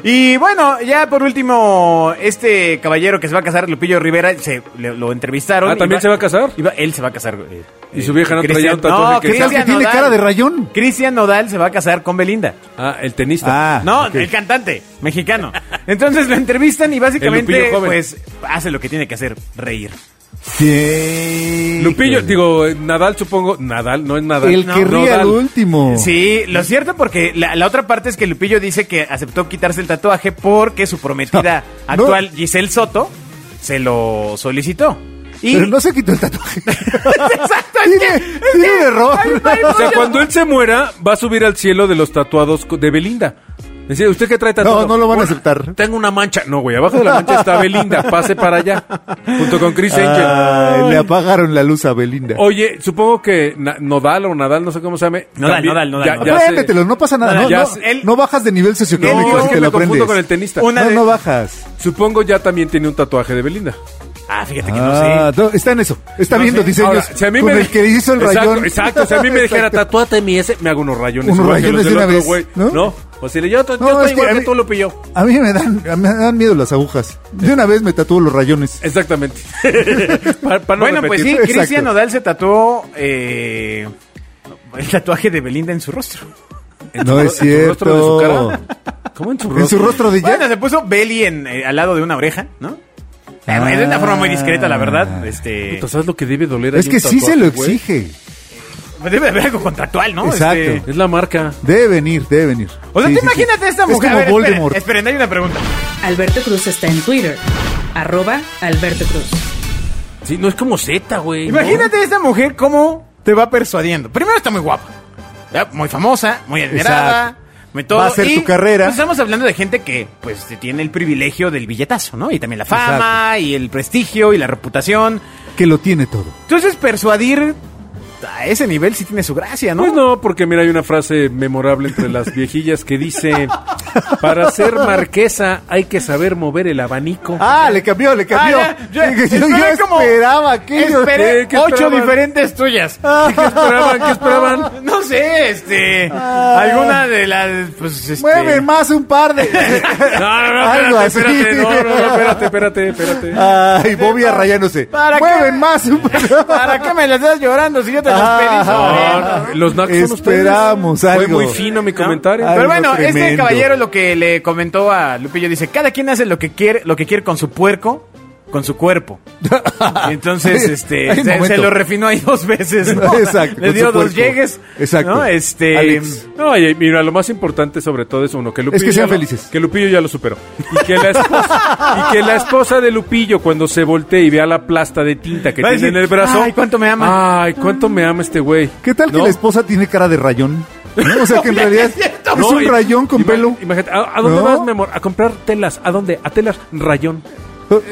Speaker 2: Y bueno, ya por último, este caballero que se va a casar, Lupillo Rivera, se le- lo entrevistaron.
Speaker 3: Ah, ¿también se va a casar?
Speaker 2: Iba- él se va a casar. eh,
Speaker 3: Y
Speaker 2: eh,
Speaker 3: su vieja no traía
Speaker 2: Cristian-
Speaker 3: un tatuaje
Speaker 2: No,
Speaker 3: que sea-
Speaker 4: Es que
Speaker 2: Cristian
Speaker 4: tiene
Speaker 2: Nodal.
Speaker 4: cara de rayón.
Speaker 2: Cristian Nodal se va a casar con Belinda.
Speaker 3: Ah, el tenista.
Speaker 4: Ah,
Speaker 2: no,
Speaker 4: ok.
Speaker 2: el cantante mexicano. Entonces lo entrevistan y
Speaker 3: El
Speaker 2: básicamente,
Speaker 3: Lupillo joven.
Speaker 2: pues, hace lo que tiene que hacer, reír.
Speaker 4: Sí.
Speaker 3: Lupillo, digo, eh, Nadal supongo. Nadal, no es Nadal.
Speaker 4: El que
Speaker 3: No,
Speaker 4: ríe al
Speaker 3: Nodal.
Speaker 4: último.
Speaker 2: Sí, lo cierto porque la, la otra parte es que Lupillo dice que aceptó quitarse el tatuaje porque su prometida
Speaker 4: No.
Speaker 2: actual, Giselle Soto, se lo solicitó. Y
Speaker 4: Pero no se quitó el tatuaje.
Speaker 2: Exacto, es
Speaker 4: Tiene-
Speaker 2: que- es
Speaker 4: tiene
Speaker 2: que-
Speaker 4: un error.
Speaker 2: Ay, ay,
Speaker 3: O sea,
Speaker 2: no,
Speaker 3: cuando él se muera, va a subir al cielo de los tatuados co- de Belinda. Decía, ¿usted qué trae tatuado?
Speaker 4: No, no lo van a aceptar.
Speaker 3: Tengo una mancha. No, güey, abajo de la mancha está Belinda. Pase para allá. Junto con Chris
Speaker 4: Ah.
Speaker 3: Angel.
Speaker 4: Ay, le apagaron la luz a Belinda.
Speaker 3: Oye, supongo que Na- Nodal o Nadal, no sé cómo se llame.
Speaker 2: Nodal,
Speaker 3: también-
Speaker 2: Nodal, Nodal,
Speaker 3: ya-
Speaker 2: Nodal.
Speaker 3: ya se-
Speaker 4: Apréndetelo, no pasa nada.
Speaker 3: Nada,
Speaker 4: No,
Speaker 3: ya
Speaker 4: no-
Speaker 3: sé.
Speaker 4: no bajas de nivel socioeconómico,
Speaker 3: No, es
Speaker 4: te
Speaker 3: que
Speaker 4: lo
Speaker 3: me confundo
Speaker 4: aprendes.
Speaker 3: con el tenista.
Speaker 2: Una
Speaker 4: no,
Speaker 2: de-
Speaker 4: no bajas.
Speaker 3: Supongo ya también tiene un tatuaje de Belinda.
Speaker 2: Ah, fíjate que
Speaker 4: Ah,
Speaker 2: no sé.
Speaker 4: no, está en eso. Está
Speaker 2: No
Speaker 4: viendo
Speaker 2: sé.
Speaker 4: diseños
Speaker 3: Ahora, si a mí
Speaker 4: con
Speaker 3: me
Speaker 4: el que hizo el
Speaker 3: exacto,
Speaker 4: rayón.
Speaker 3: Exacto, si a mí me dijera,
Speaker 4: Exacto.
Speaker 3: tatuate mi ese, me hago unos rayones.
Speaker 4: Unos
Speaker 3: igual que los
Speaker 4: rayones
Speaker 3: del
Speaker 4: de una
Speaker 3: otro
Speaker 4: vez,
Speaker 3: güey.
Speaker 4: ¿no?
Speaker 3: ¿no? O si le yo, yo
Speaker 4: No,
Speaker 3: estoy
Speaker 4: es que
Speaker 3: igual
Speaker 4: a
Speaker 3: que
Speaker 4: mí-
Speaker 3: tú lo pilló.
Speaker 4: A mí me dan, a mí me dan miedo las agujas. De una vez me tatúo los rayones.
Speaker 3: Exactamente. Pa- pa no
Speaker 2: bueno, pues sí,
Speaker 3: repetir.
Speaker 4: Exacto.
Speaker 2: Cristian Nodal se tatuó eh, el tatuaje de Belinda en su rostro.
Speaker 3: ¿En
Speaker 4: No
Speaker 3: su-
Speaker 4: es
Speaker 3: en su rostro de su
Speaker 4: cierto.
Speaker 3: cara? ¿Cómo en su rostro?
Speaker 4: En su rostro de
Speaker 2: Bueno,
Speaker 4: ya.
Speaker 2: se puso Belly en, eh, al lado de una oreja, ¿no? Pero Es de una forma muy discreta, la verdad. Este,
Speaker 3: Puta, ¿Sabes lo que debe doler? ahí
Speaker 4: Es que
Speaker 3: un
Speaker 4: sí se
Speaker 3: tatuaje,
Speaker 4: lo
Speaker 3: güey?
Speaker 4: exige.
Speaker 2: pues debe de haber algo contractual, ¿no?
Speaker 4: Exacto.
Speaker 2: Este,
Speaker 3: Es la marca.
Speaker 4: Debe venir, debe venir.
Speaker 2: o sea,
Speaker 4: Sí,
Speaker 2: te
Speaker 4: sí, sí.
Speaker 2: imagínate esta mujer.
Speaker 4: Es
Speaker 2: A ver,
Speaker 4: como
Speaker 2: esperen,
Speaker 4: Voldemort.
Speaker 2: esperen, hay una pregunta.
Speaker 1: Alberto Cruz está en Twitter. Arroba Alberto Cruz.
Speaker 7: Sí, no es como Z, güey. ¿no?
Speaker 2: Imagínate esta mujer cómo te va persuadiendo. Primero está muy guapa. ¿verdad? Muy famosa, muy adinerada.
Speaker 4: Exacto.
Speaker 2: muy todo.
Speaker 4: Va a hacer
Speaker 2: Y,
Speaker 4: tu carrera.
Speaker 2: pues, estamos hablando de gente que pues tiene el privilegio del billetazo, ¿no? Y también la fama y el prestigio y la reputación.
Speaker 4: Que lo tiene todo.
Speaker 2: Entonces persuadir a ese nivel sí tiene su gracia, ¿no?
Speaker 3: Pues no, porque mira, hay una frase memorable entre las viejillas que dice: Para ser marquesa hay que saber mover el abanico.
Speaker 4: Ah, le cambió, le cambió.
Speaker 2: Ah, ya, ya,
Speaker 4: yo yo
Speaker 2: esperé como-
Speaker 4: esperaba aquello.
Speaker 2: Esperé
Speaker 3: ¿Qué- qué
Speaker 2: ocho
Speaker 3: esperaban?
Speaker 2: diferentes tuyas.
Speaker 3: ¿Qué esperaban? ¿Qué esperaban?
Speaker 2: No sé, este.
Speaker 4: Ah.
Speaker 2: alguna de las. Pues, este,
Speaker 4: Mueve más un par de.
Speaker 3: No, no,
Speaker 4: Algo
Speaker 3: no, espérate, espérate,
Speaker 4: así.
Speaker 3: no, no, no, espérate, espérate, espérate.
Speaker 4: Ah, Ay, Bobby arrayándose.
Speaker 2: ¿Para qué?
Speaker 4: Mueven más un par.
Speaker 2: ¿Para qué me las das llorando si yo te las pedí?
Speaker 4: Ah.
Speaker 2: sobrino?
Speaker 3: Los nacos son ustedes.
Speaker 4: Esperamos algo.
Speaker 3: Fue muy fino mi comentario.
Speaker 4: Algo
Speaker 2: Pero bueno, este
Speaker 4: tremendo.
Speaker 2: caballero lo que le comentó a Lupillo dice, cada quien hace lo que quiere, lo que quiere con su puerco, con su cuerpo. Y entonces, este,
Speaker 4: Hay un
Speaker 2: se,
Speaker 4: momento.
Speaker 2: se lo refinó ahí dos veces, ¿no?
Speaker 4: Exacto,
Speaker 2: Le
Speaker 4: con
Speaker 2: dio
Speaker 4: su
Speaker 2: dos
Speaker 4: puerco.
Speaker 2: llegues.
Speaker 4: Exacto.
Speaker 2: ¿no? Este,
Speaker 4: Alex.
Speaker 3: Em, No, y mira, lo más importante sobre todo es uno, que Lupillo.
Speaker 4: Es que sean
Speaker 3: ya lo-
Speaker 4: felices.
Speaker 3: que Lupillo ya lo superó. Y que, la esposa, y que la esposa de Lupillo, cuando se voltee y vea la plasta de tinta que
Speaker 2: Va a
Speaker 3: tiene en
Speaker 2: decir,
Speaker 3: el brazo.
Speaker 2: "Ay, cuánto me ama".
Speaker 3: Ay, cuánto me ama este güey.
Speaker 4: ¿Qué tal
Speaker 3: ¿No?
Speaker 4: que la esposa tiene cara de rayón? ¿No? O sea, que en realidad es,
Speaker 3: No,
Speaker 4: un
Speaker 3: y-
Speaker 4: rayón con
Speaker 3: ima-
Speaker 4: pelo.
Speaker 3: Imagínate, ¿a, a dónde
Speaker 4: ¿No?
Speaker 3: vas, mi amor? A comprar telas. ¿A dónde? A telas rayón.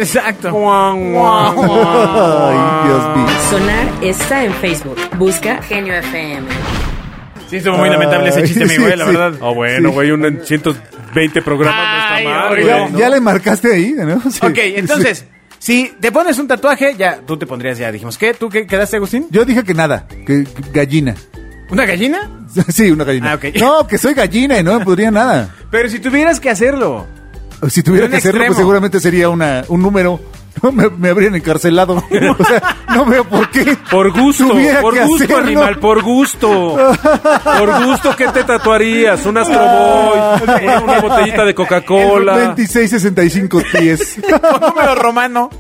Speaker 2: Exacto.
Speaker 4: Ay, Dios mío.
Speaker 1: Sonar está en Facebook. Busca Genio FM.
Speaker 2: Sí, estuvo muy lamentable ese chiste,
Speaker 4: Ay,
Speaker 2: mi güey, la
Speaker 4: sí,
Speaker 2: verdad.
Speaker 3: Ah, bueno,
Speaker 4: Sí.
Speaker 3: güey, un 120 programas
Speaker 2: Ay,
Speaker 3: no está mal,
Speaker 2: ahorita.
Speaker 3: güey,
Speaker 4: Ya,
Speaker 3: ¿no?
Speaker 4: ya le marcaste ahí, ¿no? Sí.
Speaker 2: ok, entonces, si te pones un tatuaje, ya tú te pondrías, ya dijimos, ¿qué? ¿Tú qué quedaste, Agustín?
Speaker 4: Yo dije que nada, que que gallina.
Speaker 2: ¿Una gallina?
Speaker 4: Sí, una gallina.
Speaker 2: Ah, ok.
Speaker 4: No, que soy gallina y no me podría nada.
Speaker 2: Pero si tuvieras que hacerlo.
Speaker 4: Si tuviera
Speaker 2: Un
Speaker 4: que hacerlo, pues
Speaker 2: extremo.
Speaker 4: seguramente sería una, un número. no me, me habrían encarcelado. O sea, no veo por qué.
Speaker 3: Por gusto,
Speaker 4: tuviera
Speaker 3: por
Speaker 4: que
Speaker 3: gusto,
Speaker 4: hacerlo.
Speaker 3: animal, por gusto. Por gusto, ¿qué te tatuarías? Un astroboy, una, una botellita de Coca-Cola.
Speaker 4: 266510.
Speaker 2: Con número romano.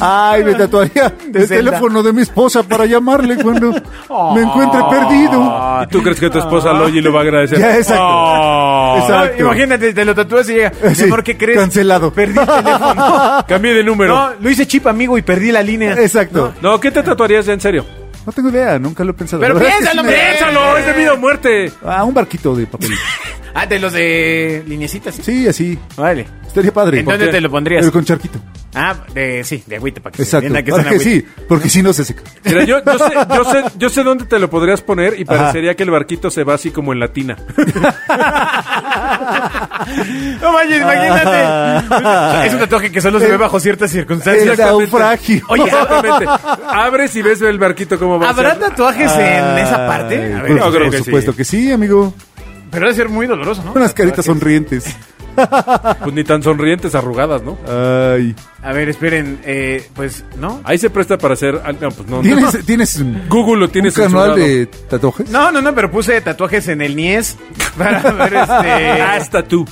Speaker 4: Ay, me tatuaría el
Speaker 2: Zelda.
Speaker 4: teléfono de mi esposa para llamarle cuando me encuentre
Speaker 2: Ah.
Speaker 4: perdido.
Speaker 3: Ah, ¿Y tú crees que tu esposa lo oye y lo va a agradecer?
Speaker 4: Ah. Ya, exacto.
Speaker 3: Ah.
Speaker 4: Exacto.
Speaker 2: Imagínate, te lo tatúas y llega.
Speaker 4: Sí,
Speaker 2: Mi amor, ¿qué crees?
Speaker 4: Cancelado.
Speaker 2: Perdí el teléfono.
Speaker 3: Cambié de número.
Speaker 2: No, lo hice chip, amigo, y perdí la línea.
Speaker 4: Exacto.
Speaker 3: No, ¿qué te tatuarías ya en serio?
Speaker 4: No. tengo idea, nunca lo he pensado.
Speaker 2: Pero
Speaker 4: La verdad es que
Speaker 2: piénsalo,
Speaker 4: sí me-
Speaker 3: ¡Piénsalo! ¡Es de vida o muerte!
Speaker 4: Ah, un barquito de papel.
Speaker 2: Ah, de los de linecitas. Sí.
Speaker 4: Sí, así.
Speaker 2: Vale.
Speaker 4: Estaría padre.
Speaker 2: ¿En dónde
Speaker 4: ¿Por qué?
Speaker 2: te lo pondrías?
Speaker 4: Pero con charquito.
Speaker 2: Ah, de, sí, de agüita, para que se
Speaker 4: Exacto.
Speaker 2: entienda que es
Speaker 4: Porque
Speaker 2: una agüita.
Speaker 4: sí, porque si no se seca.
Speaker 3: Mira, yo, yo sé, yo, sé, yo sé dónde te lo podrías poner y parecería que el barquito se va así como en la tina.
Speaker 2: No manches, imagínate. Es un tatuaje que solo se ve bajo ciertas
Speaker 4: El
Speaker 2: circunstancias.
Speaker 4: naufragio.
Speaker 2: Oye,
Speaker 3: Exactamente. Abres y ves el barquito como va a
Speaker 2: ¿habrá
Speaker 3: ser.
Speaker 2: tatuajes en
Speaker 4: Ah,
Speaker 2: esa parte? A
Speaker 4: Ay,
Speaker 2: ver,
Speaker 4: por
Speaker 3: yo creo que sí.
Speaker 4: supuesto que sí, amigo.
Speaker 2: pero debe ser muy doloroso, ¿no?
Speaker 4: Unas caritas sonrientes.
Speaker 3: Pues ni tan sonrientes, arrugadas, ¿no?
Speaker 4: Ay.
Speaker 2: A ver, esperen, eh, pues, ¿no?
Speaker 3: Ahí se presta para hacer... al- No, pues no. no.
Speaker 4: ¿Tienes, tienes un,
Speaker 3: Google lo tiene
Speaker 4: un canal
Speaker 3: censurado.
Speaker 4: de tatuajes?
Speaker 2: No, no, no, pero puse tatuajes en el Nies para ver
Speaker 4: Ah,
Speaker 2: este...
Speaker 3: Hasta tú.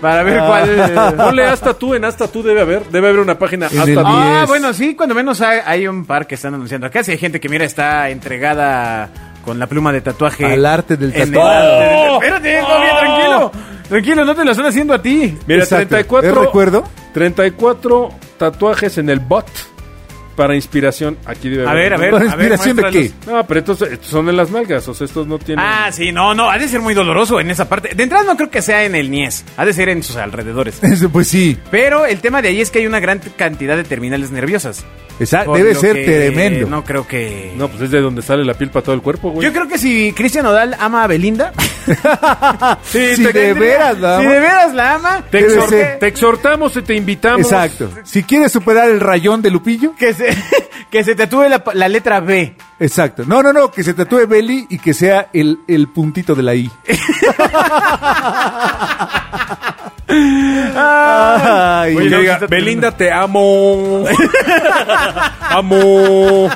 Speaker 2: Para ver cuál...
Speaker 3: Ponle hasta tú, en hasta tú debe haber. Debe haber una página
Speaker 4: En
Speaker 3: hasta
Speaker 4: el
Speaker 3: tú.
Speaker 4: día.
Speaker 2: Ah,
Speaker 4: Nies.
Speaker 2: bueno, sí, cuando menos hay, hay un par que están anunciando acá. Si hay gente que, mira, está entregada con la pluma de tatuaje.
Speaker 4: Al arte del
Speaker 2: en el
Speaker 4: tatuaje.
Speaker 2: arte del-
Speaker 3: ¡Oh!
Speaker 2: Espérate, todavía, tranquilo. Tranquilo, no te lo están haciendo a ti.
Speaker 3: Mira,
Speaker 4: Exacto.
Speaker 3: 34...
Speaker 4: ¿Es recuerdo?
Speaker 3: 34 tatuajes en el bot para inspiración. Aquí debe
Speaker 2: A
Speaker 3: haber.
Speaker 2: ver, a ver.
Speaker 4: ¿Para inspiración de qué?
Speaker 2: muéstralos.
Speaker 3: No, pero estos, estos son en las nalgas. O sea, estos no tienen...
Speaker 2: Ah, sí, no, no, ha de ser muy doloroso en esa parte. De entrada no creo que sea en el Nies, ha de ser en sus alrededores.
Speaker 4: Eso, Pues sí.
Speaker 2: Pero el tema de ahí es que hay una gran cantidad de terminales nerviosas.
Speaker 4: Exacto.
Speaker 2: Por
Speaker 4: Ah, Debe
Speaker 2: lo
Speaker 4: ser
Speaker 2: que
Speaker 4: tremendo.
Speaker 2: No creo que...
Speaker 3: No, pues es de donde sale la piel para todo el cuerpo, güey.
Speaker 2: Yo creo que si Cristian Odal ama a Belinda...
Speaker 4: Si
Speaker 2: te-
Speaker 4: de veras la
Speaker 2: Si
Speaker 4: ama.
Speaker 2: de veras la ama...
Speaker 3: Te,
Speaker 4: Debe
Speaker 3: exhor-
Speaker 4: ser.
Speaker 3: te exhortamos y te invitamos.
Speaker 4: Exacto. Si quieres superar el rayón de Lupillo,
Speaker 2: Que se, que se tatúe la, la letra B.
Speaker 4: exacto. No, no, no, que se tatúe Belly y que sea el, el puntito de la I. Ay,
Speaker 3: Oye, que diga, Belinda, te amo. amo.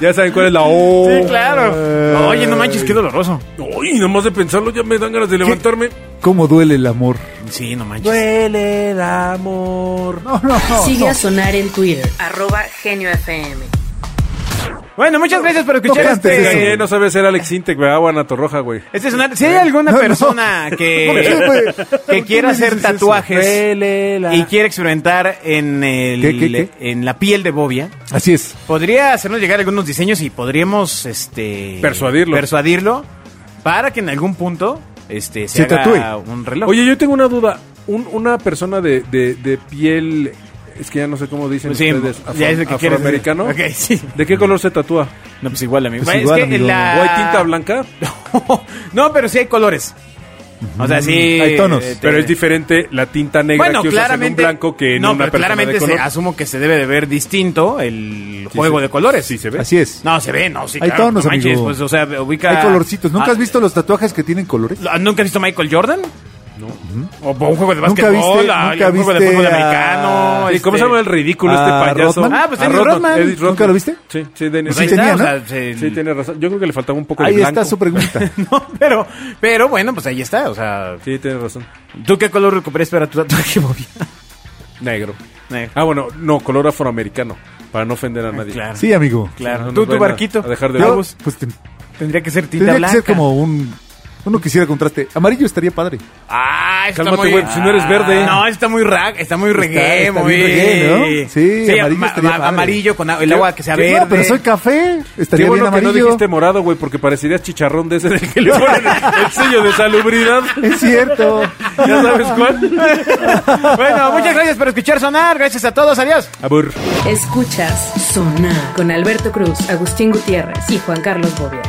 Speaker 3: Ya saben cuál es la O.
Speaker 4: Ah,
Speaker 2: claro. Oye, no manches, qué doloroso.
Speaker 3: Uy, nomás de pensarlo ya me dan ganas de levantarme.
Speaker 4: ¿Cómo duele el amor?
Speaker 2: Sí, no manches.
Speaker 3: Duele el amor.
Speaker 4: No, no, no.
Speaker 1: Sigue a sonar en Twitter, arroba Genio FM.
Speaker 2: Bueno, muchas gracias por escuchar
Speaker 4: No cantes
Speaker 2: este...
Speaker 4: eso.
Speaker 3: Eh, no sabe ser Alex Intec, ¿verdad? O Ana Torroja, güey.
Speaker 2: Este es una- si hay alguna
Speaker 4: No, no.
Speaker 2: persona
Speaker 4: ¿Por qué,
Speaker 2: que,
Speaker 4: güey? ¿Por
Speaker 2: que
Speaker 4: qué
Speaker 2: quiera
Speaker 4: me
Speaker 2: hacer
Speaker 4: dices eso?
Speaker 2: tatuajes
Speaker 3: la...
Speaker 2: y quiere experimentar en, el,
Speaker 4: ¿Qué, qué,
Speaker 2: en la piel de Bobia,
Speaker 4: Así es.
Speaker 2: podría hacernos llegar algunos diseños y podríamos este
Speaker 3: Persuadirlo.
Speaker 2: persuadirlo para que en algún punto este, se,
Speaker 4: Se
Speaker 2: haga
Speaker 4: tatúe.
Speaker 2: un reloj.
Speaker 3: Oye, yo tengo una duda. Un- una persona de, de- de piel... Es que ya no sé cómo dicen
Speaker 2: Sí,
Speaker 3: ustedes.
Speaker 2: ya es lo que quieres decir.
Speaker 3: afroamericano.
Speaker 2: Ok, sí.
Speaker 3: ¿De qué color se tatúa?
Speaker 2: No, pues igual, amigo.
Speaker 4: Pues
Speaker 2: Es
Speaker 4: igual,
Speaker 2: que
Speaker 4: amigo.
Speaker 2: la-
Speaker 3: ¿O hay tinta blanca?
Speaker 2: no, pero sí hay colores. O sea, sí.
Speaker 4: Hay tonos.
Speaker 2: eh, te-
Speaker 3: Pero es diferente la tinta negra
Speaker 2: bueno,
Speaker 3: que usas en un
Speaker 2: claramente.
Speaker 3: blanco que en
Speaker 2: no,
Speaker 3: una
Speaker 2: pero
Speaker 3: persona
Speaker 2: claramente
Speaker 3: de color.
Speaker 2: se- asumo que se debe de ver distinto el
Speaker 3: Sí
Speaker 2: juego
Speaker 3: se-
Speaker 2: de colores.
Speaker 3: Sí se ve.
Speaker 4: Así es.
Speaker 2: No, se ve, no, sí.
Speaker 4: Hay
Speaker 2: claro,
Speaker 4: tonos,
Speaker 2: no manches,
Speaker 4: amigo.
Speaker 2: Pues, o sea, ubica.
Speaker 4: Hay colorcitos. ¿Nunca
Speaker 2: Ah,
Speaker 4: has visto los tatuajes que tienen colores?
Speaker 2: ¿lo- ¿Nunca has visto Michael Jordan? No. O un juego de
Speaker 4: ¿Nunca
Speaker 2: básquetbol,
Speaker 4: viste-
Speaker 2: ah,
Speaker 4: nunca
Speaker 2: un juego de
Speaker 4: viste
Speaker 2: fútbol
Speaker 4: a-
Speaker 2: americano.
Speaker 3: Sí, ¿Cómo se
Speaker 2: este-
Speaker 3: llama el ridículo
Speaker 4: ¿A
Speaker 3: este payaso?
Speaker 4: Rodman?
Speaker 2: Ah, pues Dennis Rodman.
Speaker 3: Dennis
Speaker 4: ¿Nunca lo viste?
Speaker 3: Sí, sí, Dennis.
Speaker 2: Pues ahí
Speaker 4: Sí
Speaker 2: está,
Speaker 4: tenía,
Speaker 2: o sea,
Speaker 4: ¿no?
Speaker 2: se-
Speaker 3: Sí, tiene razón. Yo creo que le faltaba un poco de
Speaker 4: Ahí
Speaker 3: blanco.
Speaker 4: está su pregunta.
Speaker 2: No, pero, pero bueno, pues ahí está. O sea,
Speaker 3: Sí, tiene razón.
Speaker 2: ¿tú qué color recuperas para tu tatuaje, Bobby?
Speaker 3: Negro. Ah, bueno, no, color afroamericano. Para no ofender a nadie.
Speaker 2: Ah, Claro.
Speaker 4: Sí, amigo.
Speaker 2: Claro.
Speaker 3: No nos
Speaker 2: Tú, tu
Speaker 3: vayan a-
Speaker 2: barquito.
Speaker 3: a dejar de
Speaker 4: Yo,
Speaker 3: Agus.
Speaker 4: pues ten-
Speaker 2: Tendría que ser tinta
Speaker 4: tendría que
Speaker 2: blanca.
Speaker 4: ser como un... Uno quisiera contraste. Amarillo estaría padre.
Speaker 2: Ah, está
Speaker 3: Cálmate,
Speaker 2: muy- Ah,
Speaker 3: güey, pues si no eres verde.
Speaker 2: No, está muy rag, está muy reggae,
Speaker 4: está
Speaker 2: muy
Speaker 4: bien reggae, ¿no? Sí, amarillo estaría padre.
Speaker 2: amarillo con a- el
Speaker 3: Qué-
Speaker 2: agua que sea
Speaker 3: qué-
Speaker 2: verde.
Speaker 4: No, pero soy café. Estaría
Speaker 3: Qué bueno
Speaker 4: bien amarillo.
Speaker 3: que no dijiste morado, güey, porque parecerías chicharrón de ese del que le ponen el sello de salubridad.
Speaker 4: Es cierto.
Speaker 3: ¿Ya sabes cuál?
Speaker 2: bueno, muchas gracias por escuchar sonar. Gracias a todos. Adiós.
Speaker 3: Abur.
Speaker 1: Escuchas Sonar con Alberto Cruz, Agustín Gutiérrez y Juan Carlos Bobia.